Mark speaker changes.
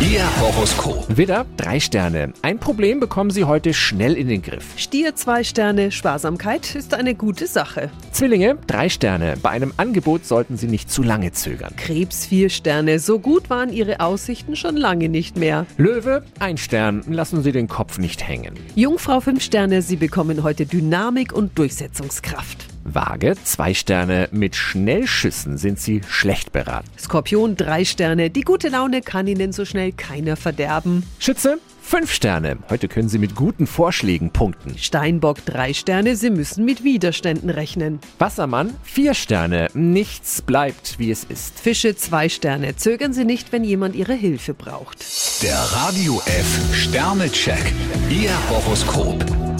Speaker 1: Ihr Horoskop.
Speaker 2: Widder, drei Sterne. Ein Problem bekommen Sie heute schnell in den Griff.
Speaker 3: Stier zwei Sterne, Sparsamkeit ist eine gute Sache.
Speaker 2: Zwillinge, drei Sterne. Bei einem Angebot sollten Sie nicht zu lange zögern.
Speaker 3: Krebs vier Sterne, so gut waren Ihre Aussichten schon lange nicht mehr.
Speaker 2: Löwe, ein Stern. Lassen Sie den Kopf nicht hängen.
Speaker 3: Jungfrau fünf Sterne, Sie bekommen heute Dynamik und Durchsetzungskraft.
Speaker 2: Waage, zwei Sterne. Mit Schnellschüssen sind Sie schlecht beraten.
Speaker 3: Skorpion drei Sterne, die gute Laune kann Ihnen so schnell keiner verderben.
Speaker 2: Schütze, fünf Sterne. Heute können Sie mit guten Vorschlägen punkten.
Speaker 3: Steinbock drei Sterne, Sie müssen mit Widerständen rechnen.
Speaker 2: Wassermann, vier Sterne. Nichts bleibt, wie es ist.
Speaker 3: Fische zwei Sterne, zögern Sie nicht, wenn jemand Ihre Hilfe braucht.
Speaker 1: Der Radio F Sternecheck. Ihr Horoskop.